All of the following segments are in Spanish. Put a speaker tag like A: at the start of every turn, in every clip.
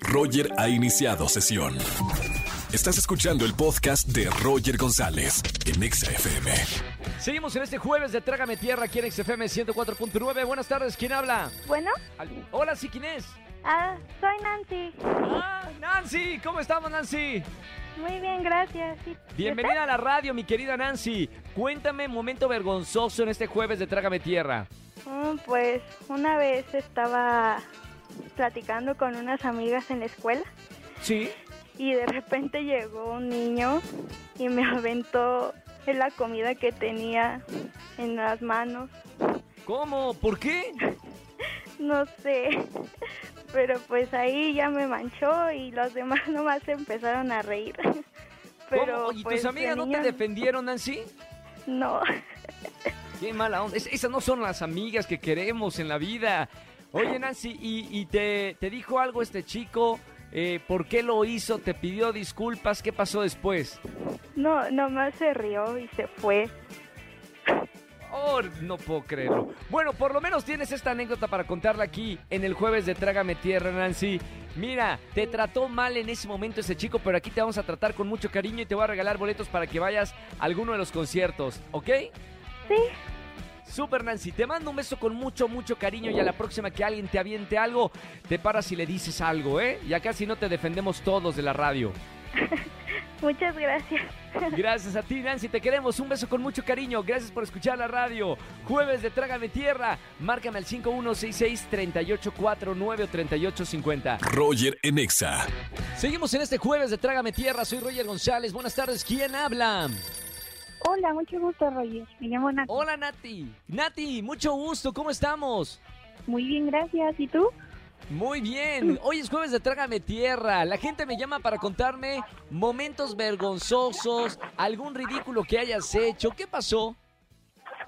A: Roger ha iniciado sesión. Estás escuchando el podcast de Roger González en Exa FM.
B: Seguimos en este jueves de Trágame Tierra aquí en XFM 104.9. Buenas tardes, ¿quién habla?
C: Bueno,
B: Al- Hola, sí, ¿quién es?
C: ah, soy Nancy.
B: Ah, Nancy, ¿cómo estamos, Nancy?
C: Muy bien, gracias. ¿Y- y
B: Bienvenida a la radio, mi querida Nancy. Cuéntame un momento vergonzoso en este jueves de Trágame Tierra.
C: usted? Mm, pues una vez estaba platicando con unas amigas en la escuela
B: ¿Sí?
C: y de repente llegó un niño y me aventó en la comida que tenía en las manos.
B: ¿Cómo? ¿Por qué?
C: No sé. Pero pues ahí ya me manchó y los demás nomás se empezaron a reír. Pero
B: ¿Cómo? ¿Y
C: pues,
B: tus
C: de
B: amigas no te
C: niña-
B: defendieron, Nancy?
C: No.
B: Qué mala onda. Es- esas no son las amigas que queremos en la vida. Oye, Nancy, ¿y, y te, te dijo algo este chico? Eh, ¿Por qué lo hizo? ¿Te pidió disculpas? ¿Qué pasó después?
C: No, nomás se rió y se fue.
B: Oh, no puedo creerlo. Bueno, por lo menos tienes esta anécdota para contarla aquí en el jueves de Trágame Tierra, Nancy. Mira, te trató mal en ese momento ese chico, pero aquí te vamos a tratar con mucho cariño y te voy a regalar boletos para que vayas a alguno de los conciertos, ¿ok?
C: Sí.
B: Super Nancy, te mando un beso con mucho, mucho cariño y a la próxima que alguien te aviente algo, te paras y le dices algo, ¿eh? Y acá si no te defendemos todos de la radio.
C: Muchas gracias.
B: Gracias a ti, Nancy. Te queremos. Un beso con mucho cariño. Gracias por escuchar la radio. Jueves de Trágame Tierra. Márcame al 5166-3849 o 3850.
A: Roger en Exa.
B: Seguimos en este jueves de Trágame Tierra. Soy Roger González. Buenas tardes. ¿Quién habla?
D: Hola, mucho gusto, Roger. Me llamo Nat.
B: Hola, Nati. Nati, mucho gusto. ¿Cómo estamos?
D: Muy bien, gracias. ¿Y tú?
B: Muy bien, hoy es jueves de Trágame Tierra. La gente me llama para contarme momentos vergonzosos, algún ridículo que hayas hecho. ¿Qué pasó?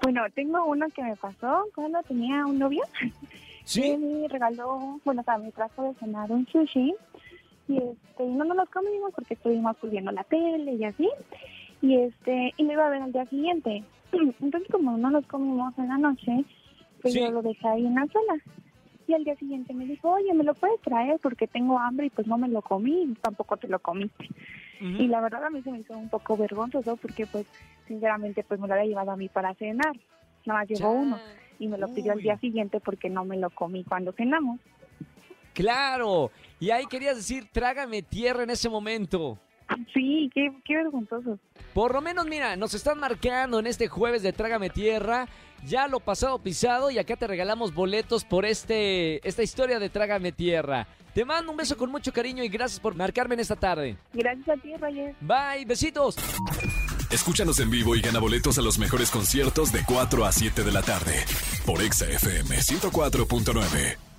D: Bueno, tengo uno que me pasó cuando tenía un novio. Él me regaló, bueno, o sea, me trajo de cenar un sushi. Y este, no nos lo comimos porque estuvimos subiendo la tele y así. Y este, y me iba a ver al día siguiente. Entonces, como no nos comimos en la noche, pues
B: Sí.
D: yo lo dejé ahí en la sala. Y al día siguiente me dijo, oye, ¿me lo puedes traer? Porque tengo hambre y pues no me lo comí, y tampoco te lo comiste. Y la verdad a mí se me hizo un poco vergonzoso porque pues sinceramente pues me lo había llevado a mí para cenar. Nada más llevó uno y me lo pidió al
B: Uy.
D: día siguiente porque no me lo comí cuando cenamos.
B: Claro, y ahí querías decir Trágame Tierra en ese momento.
D: Sí, qué, qué vergonzoso.
B: Por lo menos, mira, nos están marcando en este jueves de Trágame Tierra. Ya lo pasado pisado y acá te regalamos boletos por este esta historia de Trágame Tierra. Te mando un beso con mucho cariño y gracias por marcarme en esta tarde.
D: Gracias a ti, Roger.
B: Bye, besitos.
A: Escúchanos en vivo y gana boletos a los mejores conciertos de 4 a 7 de la tarde por Exa FM 104.9.